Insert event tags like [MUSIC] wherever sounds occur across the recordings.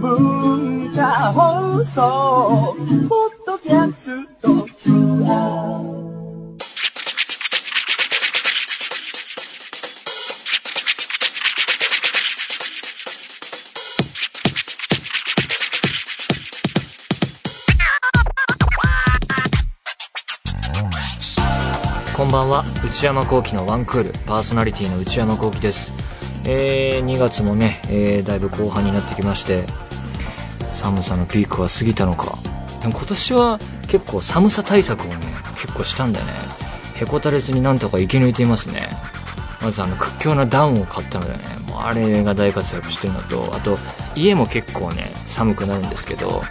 文化放送ポッドキャストこんばんは内山聖輝のワンクールパーソナリティの内山聖輝です、えー、2月もね、えーだいぶ後半になってきまして寒さのピークは過ぎたのかでも今年は結構寒さ対策をね結構したんだよねへこたれずになんとか生き抜いていますねまずあの屈強なダウンを買ったのでねもうあれが大活躍してるのとあと家も結構ね寒くなるんですけど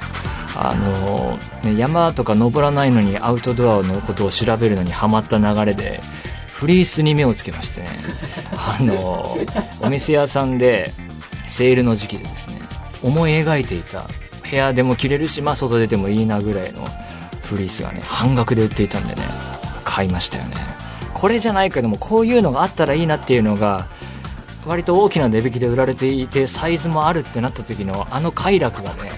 あのね、山とか登らないのにアウトドアのことを調べるのにハマった流れでフリースに目をつけましてねあのお店屋さんでセールの時期でですね思い描いていた部屋でも着れるし、まあ、外出てもいいなぐらいのフリースがね半額で売っていたんでね買いましたよねこれじゃないけどもこういうのがあったらいいなっていうのが割と大きな値引きで売られていてサイズもあるってなった時のあの快楽がね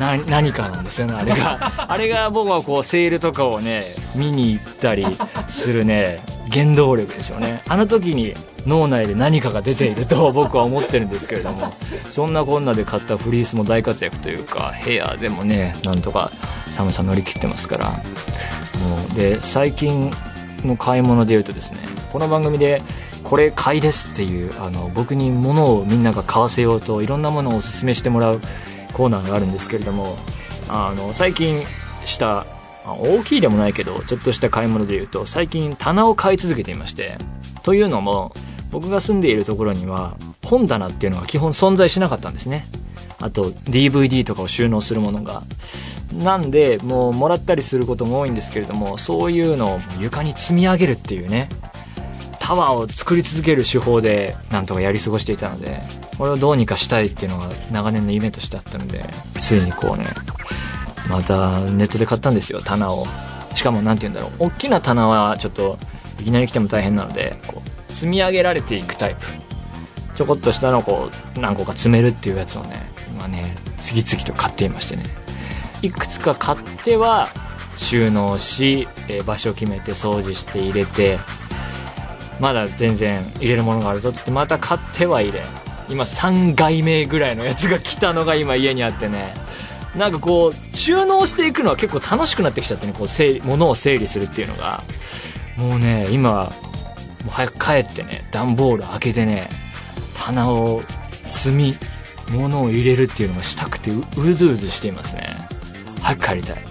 な何かなんですよねあれがあれが僕はこうセールとかをね見に行ったりするね原動力でしょうねあの時に脳内で何かが出ていると僕は思ってるんですけれどもそんなこんなで買ったフリースも大活躍というか部屋でもねなんとか寒さ乗り切ってますからもうで最近の買い物で言うとですねこの番組でこれ買いですっていうあの僕に物をみんなが買わせようといろんなものをおすすめしてもらうコーナーがあるんですけれどもあの最近したあ大きいでもないけどちょっとした買い物で言うと最近棚を買い続けていましてというのも僕が住んでいるところには本棚っていうのが基本存在しなかったんですねあと DVD とかを収納するものがなんでもうもらったりすることも多いんですけれどもそういうのを床に積み上げるっていうねタワーを作り続ける手法でなんとかやり過ごしていたのでこれをどうにかしたいっていうのが長年の夢としてあったのでついにこうねまたネットで買ったんですよ棚をしかも何て言うんだろう大きな棚はちょっといきなり来ても大変なのでこう積み上げられていくタイプちょこっとしたのをこう何個か詰めるっていうやつをね今ね次々と買っていましてねいくつか買っては収納し、えー場所を決めて掃除して入れてまだ全然入れるものがあるぞっつってまた買っては入れ今3回目ぐらいのやつが来たのが今家にあってねなんかこう収納していくのは結構楽しくなってきちゃってねこう整理物を整理するっていうのがもうね今もう早く帰ってね段ボール開けてね棚を積み物を入れるっていうのがしたくてううずうずしていますね早く帰りたい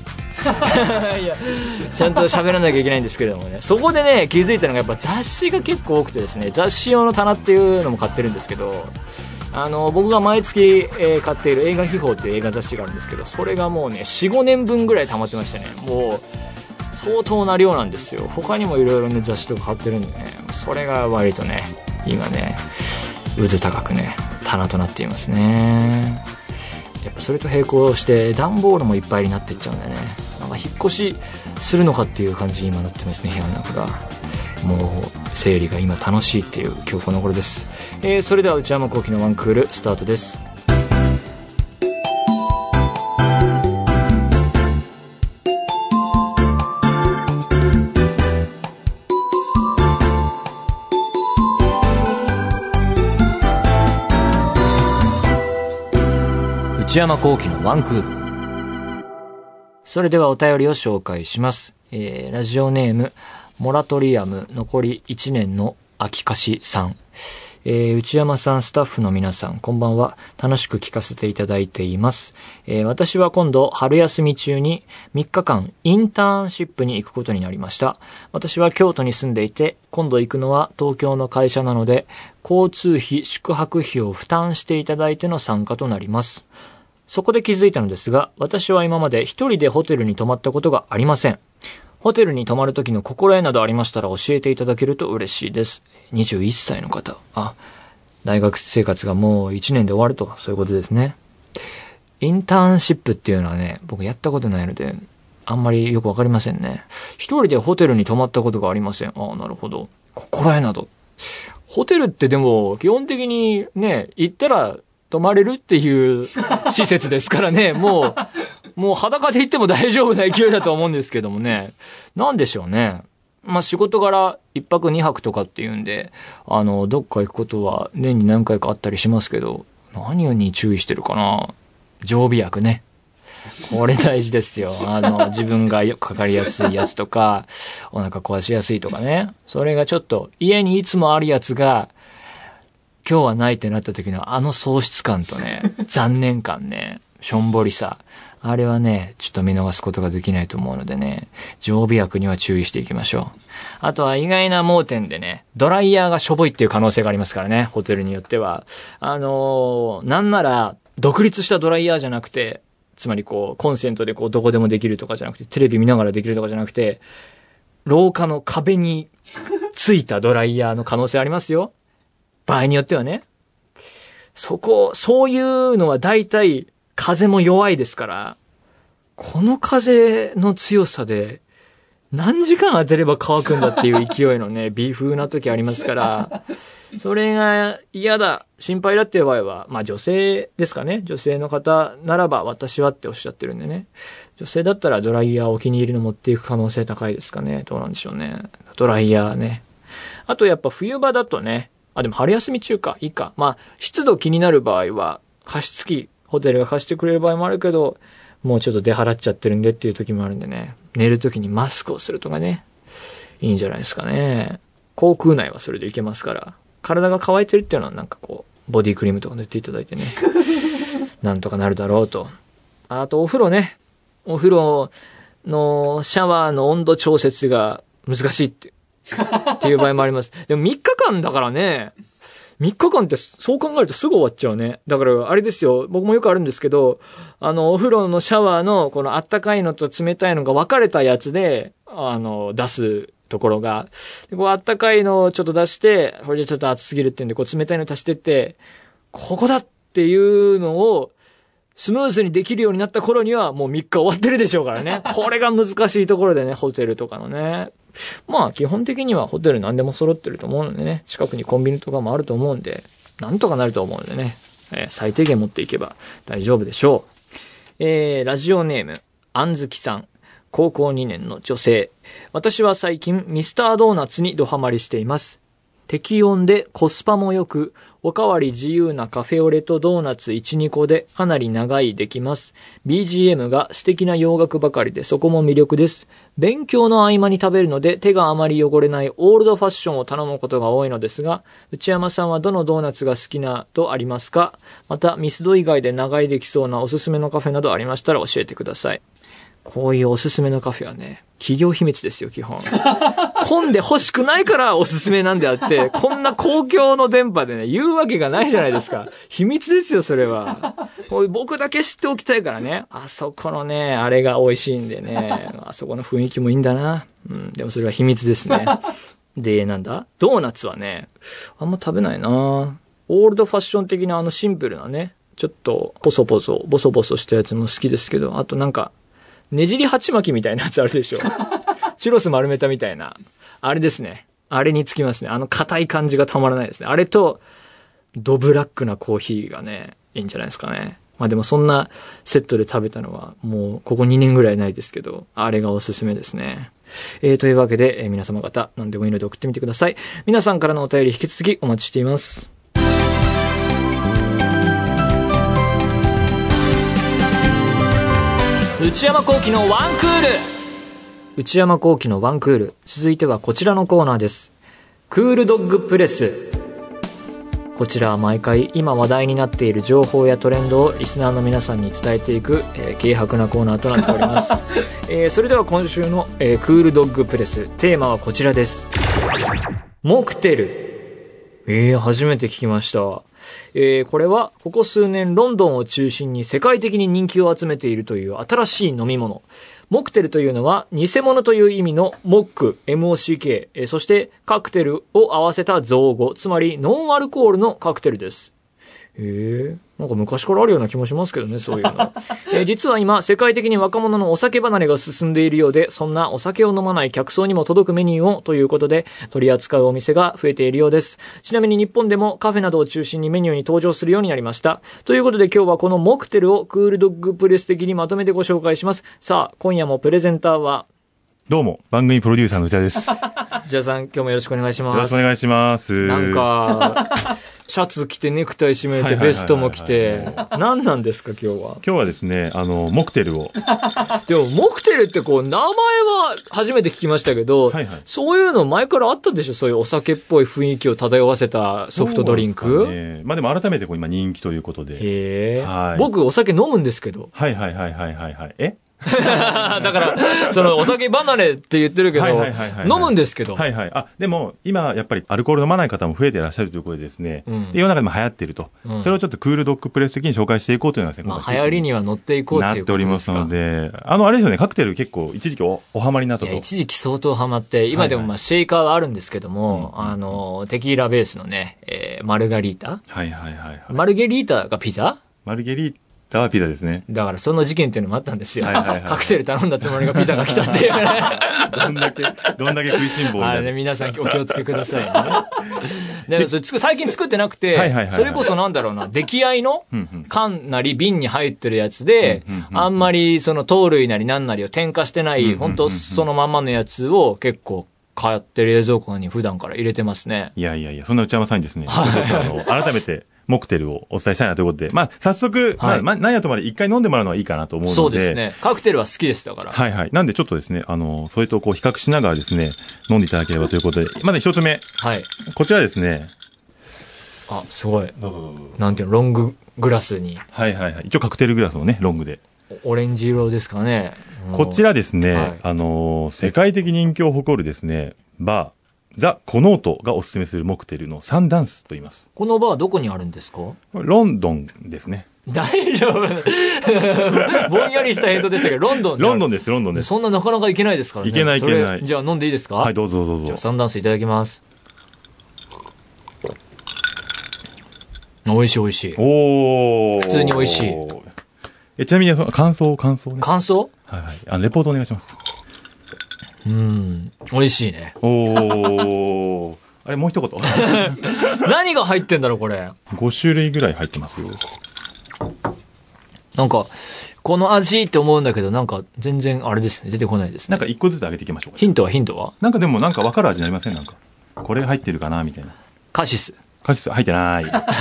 [LAUGHS] ちゃんと喋らなきゃいけないんですけれどもねそこでね気づいたのがやっぱ雑誌が結構多くてですね雑誌用の棚っていうのも買ってるんですけどあの僕が毎月、えー買っている映画秘宝っていう映画雑誌があるんですけどそれがもうね45年分ぐらい溜まってましたねもう相当な量なんですよ他にもいろいろね雑誌とか買ってるんでねそれが割とね今ね渦高くね棚となっていますねやっぱそれと並行して段ボールもいっぱいになっていっちゃうんだよねなんか引っ越しするのかっていう感じに今なってますね部屋の中がもう整理が今楽しいっていう今日この頃です、えーそれでは内山聖輝のワンクールスタートです内山聖輝のワンクールそれではお便りを紹介します。えー、ラジオネーム、モラトリアム残り1年の秋かしさん。えー、内山さん、スタッフの皆さん、こんばんは。楽しく聞かせていただいています。えー、私は今度、春休み中に3日間、インターンシップに行くことになりました。私は京都に住んでいて、今度行くのは東京の会社なので、交通費、宿泊費を負担していただいての参加となります。そこで気づいたのですが、私は今まで一人でホテルに泊まったことがありません。ホテルに泊まる時の心得などありましたら教えていただけると嬉しいです。21歳の方。あ、大学生活がもう1年で終わると、そういうことですね。インターンシップっていうのはね、僕やったことないので、あんまりよくわかりませんね。一人でホテルに泊まったことがありません。ああ、なるほど。心得など。ホテルってでも、基本的にね、行ったら泊まれるっていう施設ですからね、もう、もう裸で行っても大丈夫な勢いだと思うんですけどもね。なんでしょうね。まあ仕事柄一泊二泊とかっていうんで、あの、どっか行くことは年に何回かあったりしますけど、何に注意してるかな常備薬ね。これ大事ですよ。あの、自分がよかかりやすいやつとか、お腹壊しやすいとかね。それがちょっと、家にいつもあるやつが、今日はないってなった時のあの喪失感とね、残念感ね、しょんぼりさ。あれはね、ちょっと見逃すことができないと思うのでね、常備薬には注意していきましょう。あとは意外な盲点でね、ドライヤーがしょぼいっていう可能性がありますからね、ホテルによっては。あのーなんなら、独立したドライヤーじゃなくて、つまりこう、コンセントでこう、どこでもできるとかじゃなくて、テレビ見ながらできるとかじゃなくて、廊下の壁についたドライヤーの可能性ありますよ。場合によってはね。そこ、そういうのは大体風も弱いですから、この風の強さで何時間当てれば乾くんだっていう勢いのね、微風な時ありますから、それが嫌だ、心配だっていう場合は、まあ女性ですかね。女性の方ならば私はっておっしゃってるんでね。女性だったらドライヤーお気に入りの持っていく可能性高いですかね。どうなんでしょうね。ドライヤーね。あとやっぱ冬場だとね、あ、でも春休み中か、いいか。まあ、湿度気になる場合は、加湿器、ホテルが貸してくれる場合もあるけど、もうちょっと出払っちゃってるんでっていう時もあるんでね、寝る時にマスクをするとかね、いいんじゃないですかね。口腔内はそれでいけますから、体が乾いてるっていうのはなんかこう、ボディクリームとか塗っていただいてね、なんとかなるだろうと。あとお風呂ね、お風呂のシャワーの温度調節が難しいってっていう場合もあります。でも3日間だからね、3日間ってそう考えるとすぐ終わっちゃうね。だからあれですよ、僕もよくあるんですけど、あの、お風呂のシャワーのこのあったかいのと冷たいのが分かれたやつで、あの、出すところが、でこうあったかいのをちょっと出して、これじゃちょっと熱すぎるってんで、こう冷たいの足してって、ここだっていうのを、スムーズにできるようになった頃にはもう3日終わってるでしょうからね。これが難しいところでね、ホテルとかのね。まあ基本的にはホテル何でも揃ってると思うのでね、近くにコンビニとかもあると思うんで、なんとかなると思うのでね、えー最低限持っていけば大丈夫でしょう。えー、ラジオネーム、あんずきさん。高校2年の女性。私は最近ミスタードーナツにドハマりしています。適温でコスパも良く、おかわり自由なカフェオレとドーナツ1、2個でかなり長いできます。BGM が素敵な洋楽ばかりでそこも魅力です。勉強の合間に食べるので手があまり汚れないオールドファッションを頼むことが多いのですが、内山さんはどのドーナツが好きなとありますかまたミスド以外で長いできそうなおすすめのカフェなどありましたら教えてください。こういうおすすめのカフェはね、企業秘密ですよ、基本。混んで欲しくないからおすすめなんであって、こんな公共の電波でね、言うわけがないじゃないですか。秘密ですよ、それは。もう僕だけ知っておきたいからね。あそこのね、あれが美味しいんでね。あそこの雰囲気もいいんだな。うん、でもそれは秘密ですね。で、なんだドーナツはね、あんま食べないなオールドファッション的なあのシンプルなね、ちょっとポソポソ、ボソボソしたやつも好きですけど、あとなんか、ねじり鉢巻きみたいなやつあるでしょ。チュロス丸めたみたいな。あれですね。あれにつきますね。あの硬い感じがたまらないですね。あれと、ドブラックなコーヒーがね、いいんじゃないですかね。まあでもそんなセットで食べたのはもうここ2年ぐらいないですけど、あれがおすすめですね。えー、というわけで、えー皆様方何でもいいので送ってみてください。皆さんからのお便り引き続きお待ちしています。内山幸喜のワンクール内山幸喜のワンクール続いてはこちらのコーナーですクールドッグプレスこちらは毎回今話題になっている情報やトレンドをリスナーの皆さんに伝えていく、えー軽薄なコーナーとなっております、 [LAUGHS] えーそれでは今週の、えークールドッグプレステーマはこちらですモクテルえー、初めて聞きました。えー、これは、ここ数年ロンドンを中心に世界的に人気を集めているという新しい飲み物。モクテルというのは、偽物という意味のモック、MOCK、えーそしてカクテルを合わせた造語、つまりノンアルコールのカクテルです。へえ、なんか昔からあるような気もしますけどね、そういうの。えー実は今、世界的に若者のお酒離れが進んでいるようで、そんなお酒を飲まない客層にも届くメニューをということで、取り扱うお店が増えているようです。ちなみに日本でもカフェなどを中心にメニューに登場するようになりました。ということで今日はこのモクテルをクールドッグプレス的にまとめてご紹介します。さあ、今夜もプレゼンターは、どうも、番組プロデューサーの内 [LAUGHS] 田です。よじゃあさん、今日もよろしくお願いします。ろしくお願いします。なん。か、シャツ着て、ネクタイ締めはいて、はいはいはいベストも着て、何なんですか、今日は。今日はですね、あの、モクテルを。でも、モクテルってこう、名前は初めて聞きましたけど、はいはいそういうの前からあったでしょそういうお酒っぽい雰囲気を漂わせたソフトドリンそうク。ですかねまあでも改めてこう今人気ということで。へえ、はい僕、お酒飲むんです [LAUGHS] けど。はいはいはいはいはいはい。えだから、その、お酒離れって言ってるけど、はいはいはいはい飲むんですけど。はいはい。あ、でも今やっぱりアルコール飲まない方も増えていらっしゃるということでですね、うんで世の中でも流行っていると、うんそれをちょっとクールドッグプレス的に紹介していこうというのがですね、まこあ、の流趣行旨りには乗っていこうなっっていうてこおとりでますすか。ので、あの、あれですよね、カクテル結構一時期おお [LAUGHS] ハマりになったいやと。一時期相当ハマって、今でもはいはいまあシェイカーはあるんですけども、あの、テキーラベースのね、えーマルガリータはいはいはいはい。マルゲリータがピザ。マルゲリータはピザですねだからその事件っていうのもあったんですよ。はいはいはいカクテル頼んだつもりがピザが来たって [LAUGHS] いうね。どんだけ、どんだけ食いしん坊に [LAUGHS] あなれるね、皆さんお気をつけくださいね。だ [LAUGHS] からそれつく最近作ってなくてはいはいはいは、いそれこそなんだろうな、出来合いのんうん缶なり瓶に入ってるやつでうんうんうん、うんあんまりその糖類なりなんなりを添加してない、本当そのまんまのやつを結構買って冷蔵庫に普段から入れてますね。いやいやいや、そんな内山さんにですね、ちょっとあの、改めて、モクテルをお伝えしたいなということで、まあ、早速、はいまあ、まあ何やとまで一回飲んでもらうのはいいかなと思うので、そうです。ね。カクテルは好きですだから。はいはい。なんで、ちょっとですね、あの、それとこう、比較しながらですね、飲んでいただければということで、まず一つ目、はい。こちらですね、あ、すごい。どうぞどうぞ。なんていうの、ロンググラスに、はいはいはい。一応、カクテルグラスをね、ロングで。おオレンジ色ですかね。うんこちらですね、はいあのー世界的人気を誇るですね、バー、ザ・コノートがおすすめするモクテルのサンダンスと言います。このバーどこにあるんですかロンドンですね。大丈夫。ぼんやりした返答でしたけど、ロンドン。ロンドンです、ロンドンです。そんななかなか行けないですからね。行けないそれ行けないじゃあ飲んでいいですかはい、どうぞどうじぞどゃあうぞ。サンダンスいただきます。美味しい美味しい。おー普通に美味しい。え、ちなみに、その感想を感想をね。感想はいはい。あの、レポートお願いします。うん。美味しいね。おー。 [LAUGHS] あれ、もう一言。 [LAUGHS] 何が入ってんだろう、これ。 5種類ぐらい入ってますよ。なんか、この味って思うんだけど、なんか全然あれですね。出てこないですね。なんか一個ずつ上げていきましょうか。ヒントはヒントはなんかでも、なんか分かる味になりませんなんか。これ入ってるかなみたいな。カシス。カシス入って [LAUGHS] ない。カシ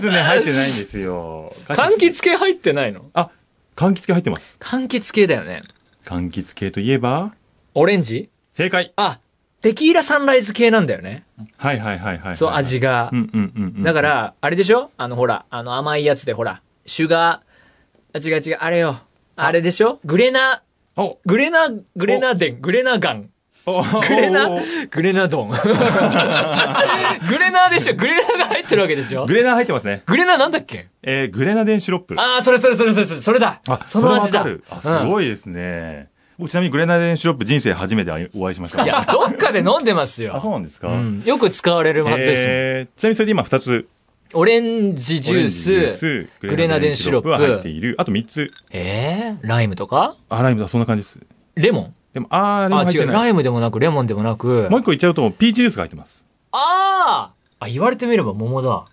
スね、入ってないんですよ。カシス柑橘系入ってないのあ、柑橘系入ってます。柑橘系だよね。柑橘系といえば、オレンジ正解。あ、テキーラサンライズ系なんだよね。はいはいはいはいはい。そう、味がう。んうんうんうん。だか、ら、あれでしょあの、ほら、あの、甘いやつで、ほら、シュガー、あ違う違う、あれよ。あれでしょグレナ、お、グレナ、グレナデン、グレナガン。おグレナお、グレナドン。グレナでしょグレナが入ってるわけでしょ [LAUGHS] グレナ入ってますね。グレナなんだっけえー、グレナデンシロップ。ああ、それそれそれそれそれ、それだその味だれわかるあ、すい。ごいですね。僕ちなみにグレナデンシロップ人生初めてお会いしました。いや、どっかで飲んでますあ、よ。そうなんですか。うんよく使われるはずですよ。えー、ちなみにそれで今2つ。オレンジジオュレーンジジュース、ス、グレナデンシロップは入っている。あと3つ。ええー、ライムとかあ、ライムだ、そんな感じです。レモンでも、あー、レモンあ、違入ってう。ラない。イムでもなく、レモンでもなく。もう一個言っちゃうと、ピーチジュースが入ってます。あああ、言われてみれば桃だ。あ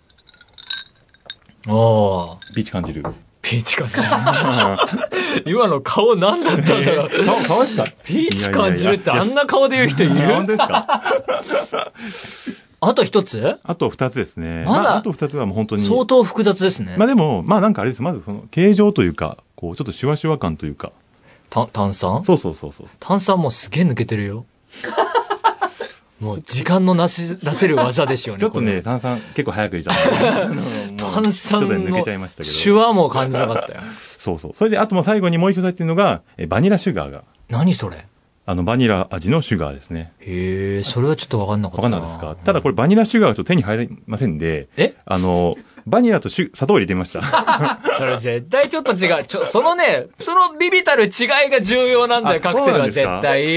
あ、ピーチ感 [LAUGHS] じる。ピーチ感じる。 [LAUGHS] 今の顔何だったんだろう。か、かわいかピーチ感じるってあんな顔で言う人いいや本る当ですかあと一つあと2つですね。まだあ、あと2つはもう本当に。相当複雑ですねま。あでも、まあなんかあれです。まずその、形状というか、こう、ちょっとシュワシュワ感というか。た炭酸そうそうそうそう。炭酸もうすげえ抜けてるよ。もう時間のなし、出せる技でしょうね。ちょっとこれね、、炭酸結構早く入れちゃった。あのもう [LAUGHS] 炭酸ちょっとね抜のけちゃいましたけど。手話も感じなかったよ。そうそう。それで、あともう最後にもう一つ入ってるのが、えバニラシュガーが。何それあの、バニラ味のシュガーですね。へえ、それはちょっとわかんなかった。わかんないですかただこれバニラシュガーがちょっと手に入りませんで、えあの、バニラとシュ砂糖を入れて [LAUGHS] みました。それ絶対ちょっと違う。ちょ、そのね、そのビビたる違いが重要なんだよ、あカクテルは絶そうなん対。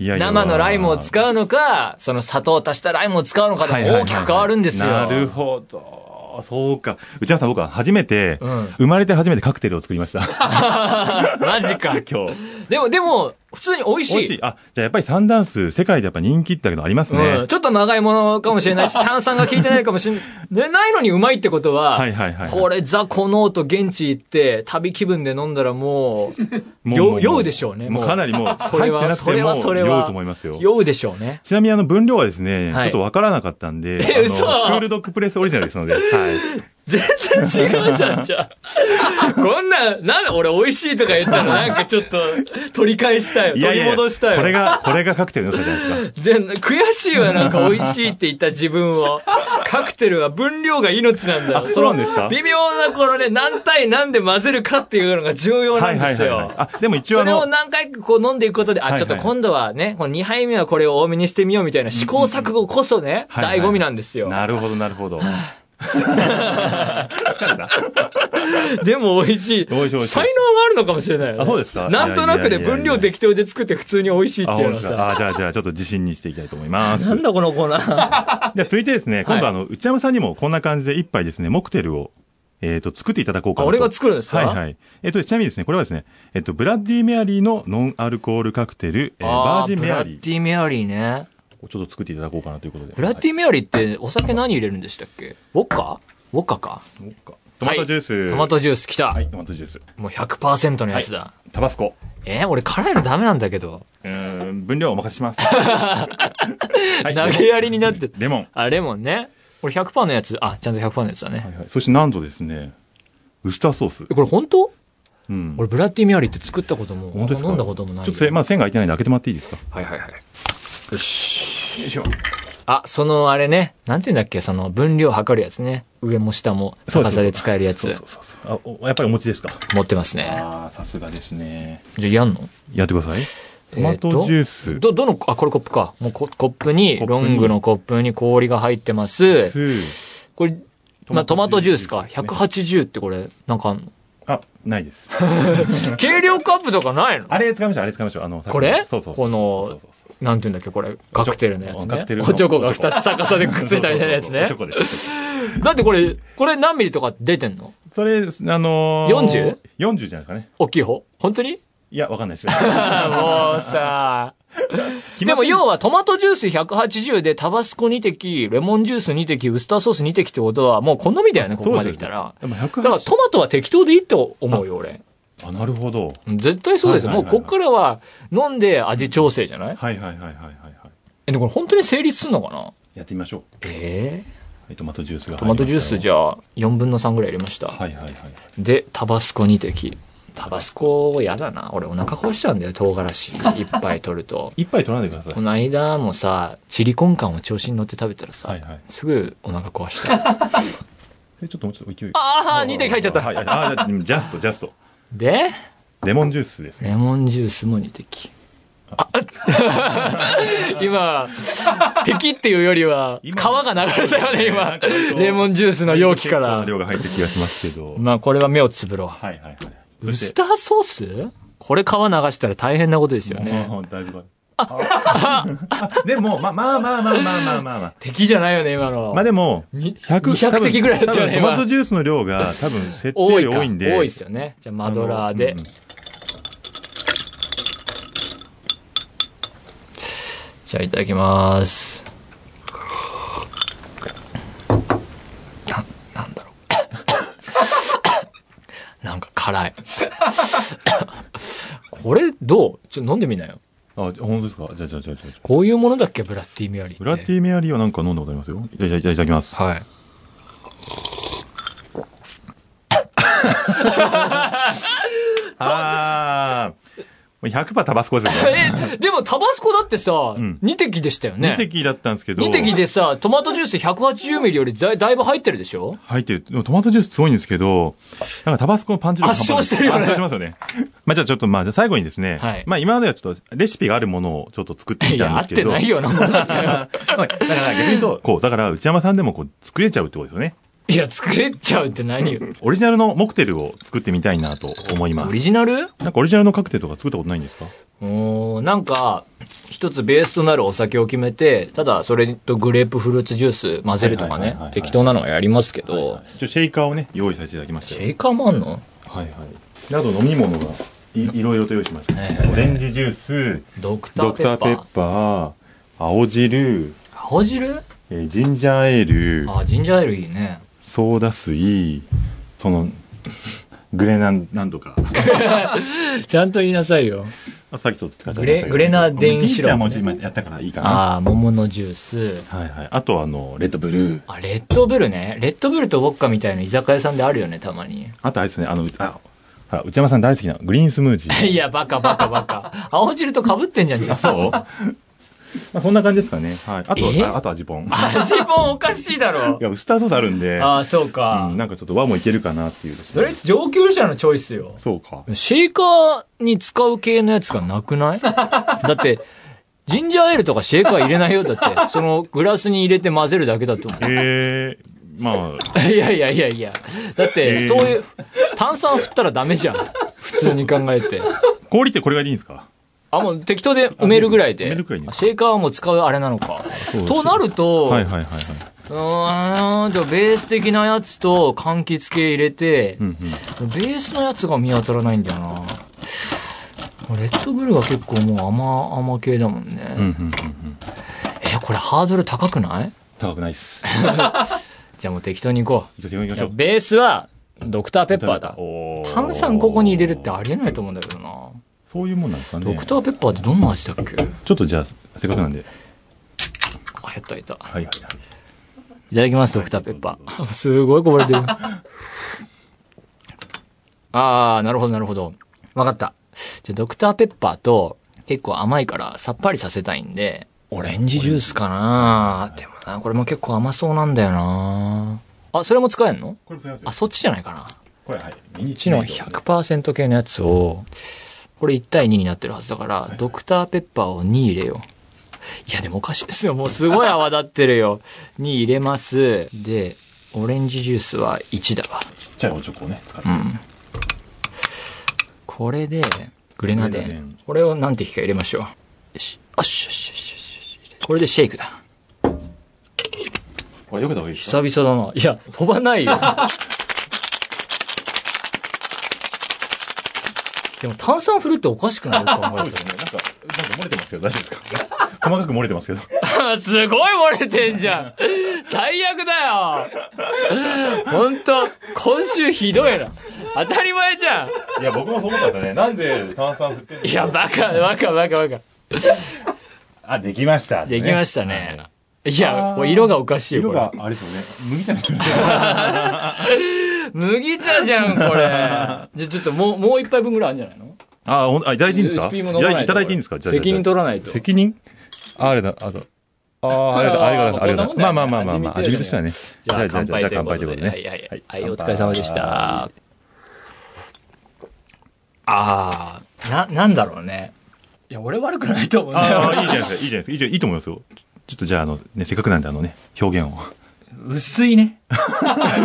いやいや生のライムを使うのか、その砂糖を足したライムを使うのかはいではいはい大きく変わるんですよ。なるほど。そうか。内山さん、僕は初めて、うん生まれて初めてカクテルを作りました。 [LAUGHS] マジか。今日。でも、でも、普通に美味しい。美味しい。あ、じゃあやっぱり三段数、世界でやっぱ人気ってのありますね。うん、ちょっとまがいものかもしれないし、炭酸が効いてないかもしれない。ないのにうまいってことは、はいはいはいはいこれザ・コノーと現地行って、旅気分で飲んだらもう、も酔もう酔うでしょうね。もうかなりもう、 [LAUGHS] それ入っては、なくそてれもは、それは。酔うと思いますよ。酔うでしょうね。ちなみにあの分量はですね、はいちょっとわからなかったんで、 [LAUGHS] えあの嘘クールドッグプレスオリジナル [LAUGHS] ですので、はい。全然違うじゃん、じゃあ。こんな、なんで俺美味しいとか言ったらなんかちょっと取り返したい。取り戻したい。これが、これがカクテルの良さじゃないですか。で、悔しいわ、なんか美味しいって言った自分を。カクテルは分量が命なんだよ。あそうなんですかの微妙なこのね、何対何で混ぜるかっていうのが重要なんですよ。あ、でも一応そあれをの、何回かこう飲んでいくことで、あ、いはいちょっと今度はね、この2杯目はこれを多めにしてみようみたいな試行錯誤こそね、はいはい醍醐味なんですよ。なるほど、なる [LAUGHS] ほど。 [LAUGHS] でも美味しい。美味しい美味しい才能があるのかもしれないよねあそうですかなんとなくでいやいやいやいや分量適当で作って普通に美味しいってあ、い本う当のではすさ。か。あ、じゃあ、じゃあ、ちょっと自信にしていきたいと思いまなす。んだこのコーナ [LAUGHS] ー。じゃあ、続いてですね、今度あの、内山さんにもこんな感じで一杯ですね、モクテルを、えっと、作っていただこうかなあと俺が作るんですかはいはい。えっと、ちなみにですね、これはですね、えっと、ブラッディメアリーのノンアルコールカクテル、えーバージンメアブリラッディメアリーね。ーをちょっと作っていただこうかなということで。ブラッディメアリーってお酒何入れるんでしたっけウォッカウォッカか。はいそうかトマトジュース。トマトジュース来た。はい、トマトジュース。もう100%のやつだ。タバスコ。えー俺辛いのダメなんだけど。うーん、分量お任せし [LAUGHS] ます。は投げやりになって。レモン。あ、レモンね。俺100%のやつ。あ、ちゃんと100%のやつだね。はいはい。そしてなんとですね、ウスターソースえ。これ本当うん。俺ブラッディメアリーって作ったことも、本当ですか飲んだこともない。ちょっとせ、まあ、線が開いてないんで開けてもらっていいですかはいはいはい。よし。よいしょ。あ、そのあれね。なんて言うんだっけその分量測るやつね。上も下も逆さで使えるやそうつそうそうそう。あお、やっぱりお持ちですか持ってますね。ああ、さすがですね。じゃあやんのやってください。トマトジュース。えとど、どの、あ、これコップか。もうココップに、コップロにングのコップに氷が入ってまジす。ュースこれ、まあ、トトママトトジジュューーススか。ですね180ってこれ、なんかあんの、あ、ないです。軽量カップとかないのあれ使いましょう、あれ使いましょう。あの、さっきこれそうそうそこう。そうのそうそう、なんて言うんだっけ、これ、カクテルのやつカクテね。ルのおちょこが2つ逆さでくっついたみたいなやつねそう。そうそうおちょこです。だってこれ、これ何ミリとか出てんのそれ、あのー、 40 40?40 じゃないですかね。大きい方本当にいや、わかんな [LAUGHS] いです。あもうさでも要はトマトジュース180でタバスコ2滴、レモンジュース2滴、ウスターソース2滴ってことはもう好みだよね、ここまで来たら。そうですよねでもだから180トマトは適当でいいと思うよ、俺。あ、なるほど。絶対そうですよ。はいもはういはいはいこっからは飲んで味調整じゃないはいはいはいはいはいはい。え、でもこれ本当に成立すんのかなやってみましょう。ええはい、トマトジュースがトマトジュースじゃ。ゃあ4分の3ぐらい入れました。はいはいはい。で、タバスコ2滴。タバスコやだな。俺お腹壊しちゃうんだよ、唐辛子いっぱい取ると。一杯取らないでくださこい。の間もさ、チリコンカンを調子に乗って食べたらさ、はいはいすぐお腹壊 [LAUGHS] した。えちょっともうちょっと勢い。ああ、2滴入っちゃっはいた。はいあー、じゃあジャスト、ジャスト。で、レモンジュースですね。レモンジュースも2滴。あ今、敵っていうよりは、皮今が流れたよね、なんかちょっ今。とレモンジュースの容器か結ら構。量が入った気がしますけど。まあ、これは目をつぶろはいはいはい。う。ウスタターソースこれ皮流したら大変なことですよね。だいぶ。ああでも、まあまあまあまあまあまあまあまあ。敵じゃないよね、今の。まあでも、に100 200滴ぐらいだったよね多分トマトジュースの量が多分設定多いよりか。多いんで。多いですよね。じゃあ、マドラーで。うんうんじゃあいただきます。な、なんだろう。 [COUGHS] なんか辛い。これどうちょっと飲んでみなよ。あ、じゃあ本当ですかじゃあじゃあじゃあじゃあ。こういうものだっけブラッディメアリーって。ブラッディメアリーはなんか飲んだことありますよ。じゃあじゃあじゃあいただきます。はい。ああ。もう100%タバスコですよ。え、でもタバスコだってさ、ん二2滴でしたよね。 2。滴だったんですけど。でさ、トマトジュース180ミリよりだいだいぶ入ってるでしょ入ってる。でもトマトジュースすごいんですけど、なんかタバスコのパンチ力圧勝してるよね圧勝しますよね。まあじゃあちょっとまあ最後にですね、はいまあ今まではちょっとレシピがあるものをちょっと作っていみたや、ん合っですけてど。ないようなもんだったよ。だから逆に言うと、こう、だから内山さんでもこう作れちゃうってことですよね。いや、作れちゃうって何よ。オリジナルのモクテルを作ってみたいなと思いまオすリ。ジナルなんかオリジナルのカクテルとか作ったことないんですかおーなんか、一つベースとなるお酒を決めて、ただそれとグレープフルーツジュース混ぜるとかはいはいねはいはい、適当なのはやりますけど、一応シェイカーをね、用意させていただきましシたェよ。イカーもあんのはいはい。など飲み物がいいろいろと用意しました、ええオレンジジュース、ドクタドークペッターパペッー。パー、青汁、青汁えージンジャーエール、あ、ジンジャーエールいいね。ソーダ水、その、グレナン、なんと [LAUGHS] か。ちゃんと言いなさいよ。あさっきとって感じグレグレナデンシロップねピンチはもう今やったからいいかな。ああ、桃のジュース。はいはい。あとあの、レッドブルー。あ、レッドブルね。レッドブルとウォッカみたいな居酒屋さんであるよね、たまに。あとあれですね、あの、あ、ほら、内山さん大好きなグリーンスムージー。 [LAUGHS] いや、バカバカバカ。 [LAUGHS] 青汁と被ってんじゃん、じゃあ。そうまあそんな感じですかね。はい。あえと、ああと味ぽん。い [LAUGHS] 味もおかしいだろ。や、ウスターソースあるんで、ああ、そううかん、。なんかちょっと和もいけるかなっていうですそね、れ、上級者のチョイスよ。そ [LAUGHS] うか。シェイカーに使う系のやつがなく [LAUGHS] ないだって、ジンジャーエールとかシェイカー入れないよ。だって、そのグラスに入れて混ぜるだけだと思う。ええまあ、 [LAUGHS] いやいやいやいや。だって、えーそういう、炭酸振ったらダメじゃん。普通に考えて。氷ってこれがいいんですかあ、もう適当で埋めるぐらい埋で。めるくらいにシェイカーはもう使うあれなのか。うですとなると、はいはいはいはい。うーんと、ベース的なやつと柑橘系入れてう、んうん。ベースのやつが見当たらないんだよな。レッドブルが結構もう甘、甘系だもんね。うんうんうんうん。え、これハードル高くない高くないっす。じゃあもう適当に行こ一応行きう。じましゃょあう。ベースは、ドクターペッパーだ。おー炭酸ここに入れるってありえないと思うんだけどな。そういうもんなんですかね。ドクターペッパーってどんな味だっけちょっとじゃあ、せっかくなんで。あ、やったやった。はいはいはい。いただきます、ドクターペッパー。 [LAUGHS] すごいこぼれてる。ああ、なるほど、なるほど。わかった。じゃあ、ドクターペッパーと、結構甘いからさっぱりさせたいんで、オレンジジュースかなでもな、これも結構甘そうなんだよなあ、それも使えんのこれも使いますあ、そっちじゃないかな。ここれはい。ミっちの100%系のやつを、これ1対2になってるはずだから、ドクターペッパーを2入れよう。いや、でもおかしいですよ。もうすごい泡立ってるよ。2入れます。で、オレンジジュースは1だわ。ちっちゃいおちょこをね、使って。うん。これで、グレナデグレナデンン。これを何滴か入れましょう。よし。よしよしよしよしよし。これでシェイクだ。これよけた方がいいですか久々だな。いや、飛ばないよ。でも炭酸振るっておかしくないよく考そうえでたすね。なんか、なんか漏れてますけど、大丈夫ですか細かく漏れてますけど。ら [LAUGHS] すごい漏れてんじゃん。最悪だよ。ほんと、今週ひどいな。当たり前じゃん。いや、僕もそう思ったんですよね。なんで炭酸振ってるいや、バカ、バカ、バカ、バカ。あ、できました。できましたね。いや、これ色がおかしいよ、こ色れが。、あれですよね。麦茶みたいな。麦茶じゃん、これ。[LAUGHS] じゃあ、ちょっともう、もう一杯分ぐらいあるんじゃないのあ、ほんあ、いただいていいんですかスピーも飲まないいやいただいていいんですかじゃあ責任じゃあ取らないと。責任あ、あれだ、あと。ああ、ありがとう、ありがとう、ありがとう。まあまあまあまあまあ、味見としてはね。じゃあ、乾杯ということで。ねはいはいはい。はい、お疲れ様でし。た。あー、な、なんだろうね。いや、俺悪くないと思うんだああ、いいよ。じゃないですか、いいじゃないですか。いいじゃいいと思いますよ。ちょっとじゃあ、あの、ね、せっかくなんで、あのね、表現を。薄いね。 [LAUGHS]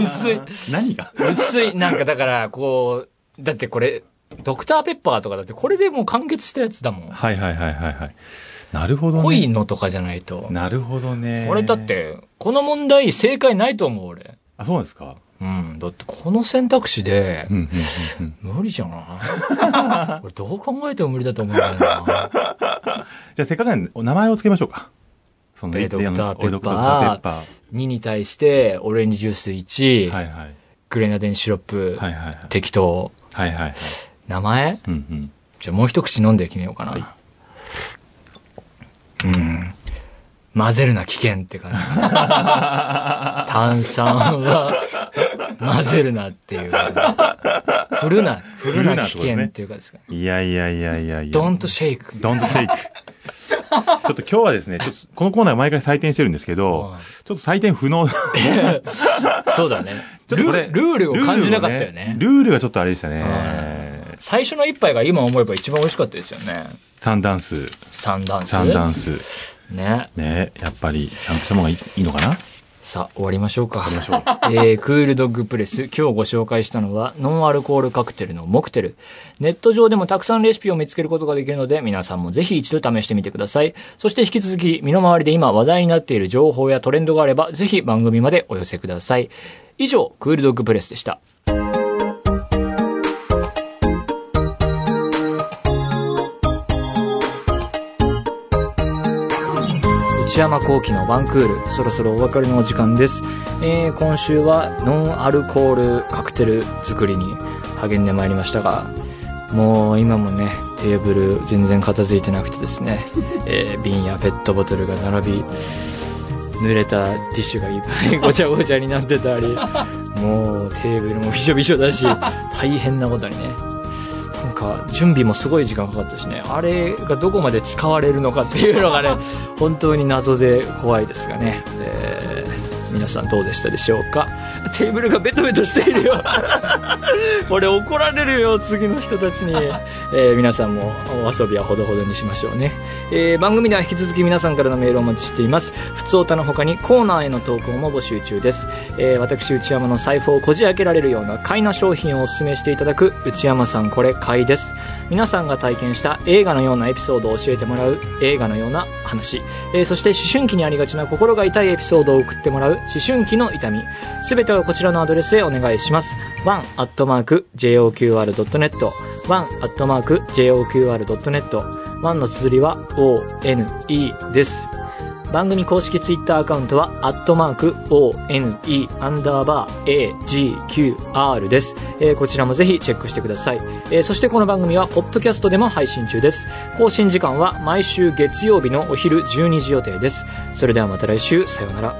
薄い。何が薄い。なんかだから、こう、だってこれ、ドクターペッパーとかだって、これでもう完結したやつだもん。はいはいはいはいはい。なるほどね。濃いのとかじゃないと。なるほどね。俺だっ。て、この問題正解ないと思う、俺。あ、そうなんですか。うん。だって、この選択肢でう、んうんうんうん。無理じゃない俺どう考えても無理だと思うんだよな。じゃあ、せっかくなんで、お名前をつけましょうか。そのえードクターペッパードクターペッパー。 2に対して、オレンジジュース1、はいはい。グレナデンシロップ、はいはいはい。適当。はいはいはい。名前うんうん。じゃあもう一口飲んで決めようかな。うん。混ぜるな危険って感 [LAUGHS] じ。炭酸は混ぜるなっていうことで。振るな、振るな危険っていうかですか、ね、いやいやいやいやいや。ドンとシェイク。 Don't shake. ちょっと今日はですね、ちょっとこのコーナー毎回採点してるんですけどはい、ちょっと採点不能。ちそうだね。ょっルとこーれルールを感じなかったよね。ルールをルールがちょっとあれでしたはね。最初の一杯が今思えば一番美味しかったですよね。三段数、三段数。三段数。ね。ね、やっぱり、ちゃんとしたものがいいいいのかなさあ、終わりましょうか。えークールドッグプレス、今日ご紹介したのは、ノンアルコールカクテルのモクテル。ネット上でもたくさんレシピを見つけることができるので、皆さんもぜひ一度試してみてください。そして引き続き、身の回りで今話題になっている情報やトレンドがあれば、ぜひ番組までお寄せください。以上、クールドッグプレスでした。内山幸喜のワンクールそろそろお別れのお時間です、えー今週はノンアルコールカクテル作りに励んでまいりましたがもう今もねテーブル全然片付いてなくてですね、 [LAUGHS] えー瓶やペットボトルが並び濡れたティッシュがいっぱい [LAUGHS] ごちゃごちゃになってたりもうテーブルもびしょびしょだし大変なことにねなんか準備もすごい時間かかったしねあれがどこまで使われるのかっていうのがね本当に謎で怖いですがね、えー皆さんどうでしたでしょうかテーブルがベトベトしているよこれ怒られるよ次の人たちに、えー皆さんもお遊びはほどほどにしましょうね、えー番組では引き続き皆さんからのメールをお待ちしていますふつおたの他にコーナーへの投稿も募集中です、えー私内山の財布をこじ開けられるような買いな商品をおすすめしていただく内山さんこれ買いです皆さんが体験した映画のようなエピソードを教えてもらう映画のような話、えーそして思春期にありがちな心が痛いエピソードを送ってもらう思春期の痛みすべてはこちらのアドレスへお願いします one.joqr.net one.joqr.net one の綴りは one です番組公式ツイッターアカウントは、アットマーク、ONE、アンダーバー、AGQR です。えーこちらもぜひチェックしてください。えーそしてこの番組は、ポッドキャストでも配信中です。更新時間は毎週月曜日のお昼12時予定です。それではまた来週、さようなら。